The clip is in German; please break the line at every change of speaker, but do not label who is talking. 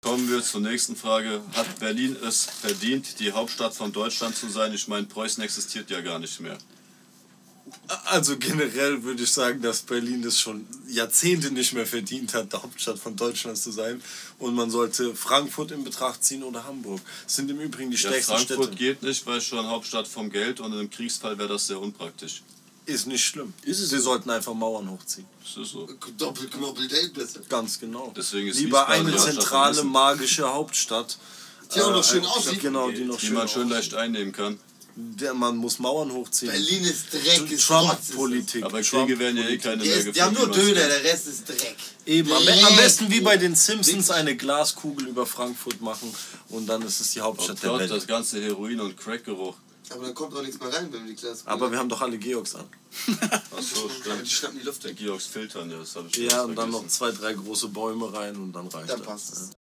Kommen wir zur nächsten Frage. Hat Berlin es verdient, die Hauptstadt von Deutschland zu sein? Ich meine, Preußen existiert ja gar nicht mehr.
Also generell würde ich sagen, dass Berlin das schon Jahrzehnte nicht mehr verdient hat, die Hauptstadt von Deutschland zu sein. Und man sollte Frankfurt in Betracht ziehen oder Hamburg. Das sind im Übrigen die
Ja,
stärksten
Frankfurt
Städte.
geht nicht, weil schon Hauptstadt vom Geld und im Kriegsfall wäre das sehr unpraktisch.
Ist nicht schlimm.
Ist es
Sie
so?
sollten einfach Mauern hochziehen.
Das ist so.
Doppelknobbel der Endblätter.
Ganz genau.
Deswegen ist
Lieber
Wiesbaden die
eine
Hauptstadt von
zentrale,
Hessen.
magische Hauptstadt.
Die auch noch
Äh,
schön
Hauptstadt,
aussieht.
Genau, die noch
Die
schön,
man schön
aussieht.
leicht einnehmen kann.
Der Man muss Mauern hochziehen.
Berlin ist Dreck. ist Rotz, ist es.
Trump-Politik.
Aber
Trump
Kriege werden ja eh keine
Die,
mehr
ist, die haben
geführt,
nur
wie man's
Döner,
kennt.
der Rest ist Dreck.
Eben, am,
Dreck.
am besten wie bei den Simpsons eine Glaskugel über Frankfurt machen und dann ist es die
Oh
Hauptstadt der
Gott, das
Welt.
ganze Heroin- und Crack-Geruch.
Aber dann kommt auch nichts mehr rein, wenn wir die Klasse
Aber wir haben doch alle Georgs an.
Achso,
Aber die
stimmt.
schnappen die Luft
Der
weg.
Georgs Filtern, ja, das habe ich schon
Ja,
ganz
und dann noch
vergessen.
zwei, drei große Bäume rein und dann reicht
Dann
das.
passt es.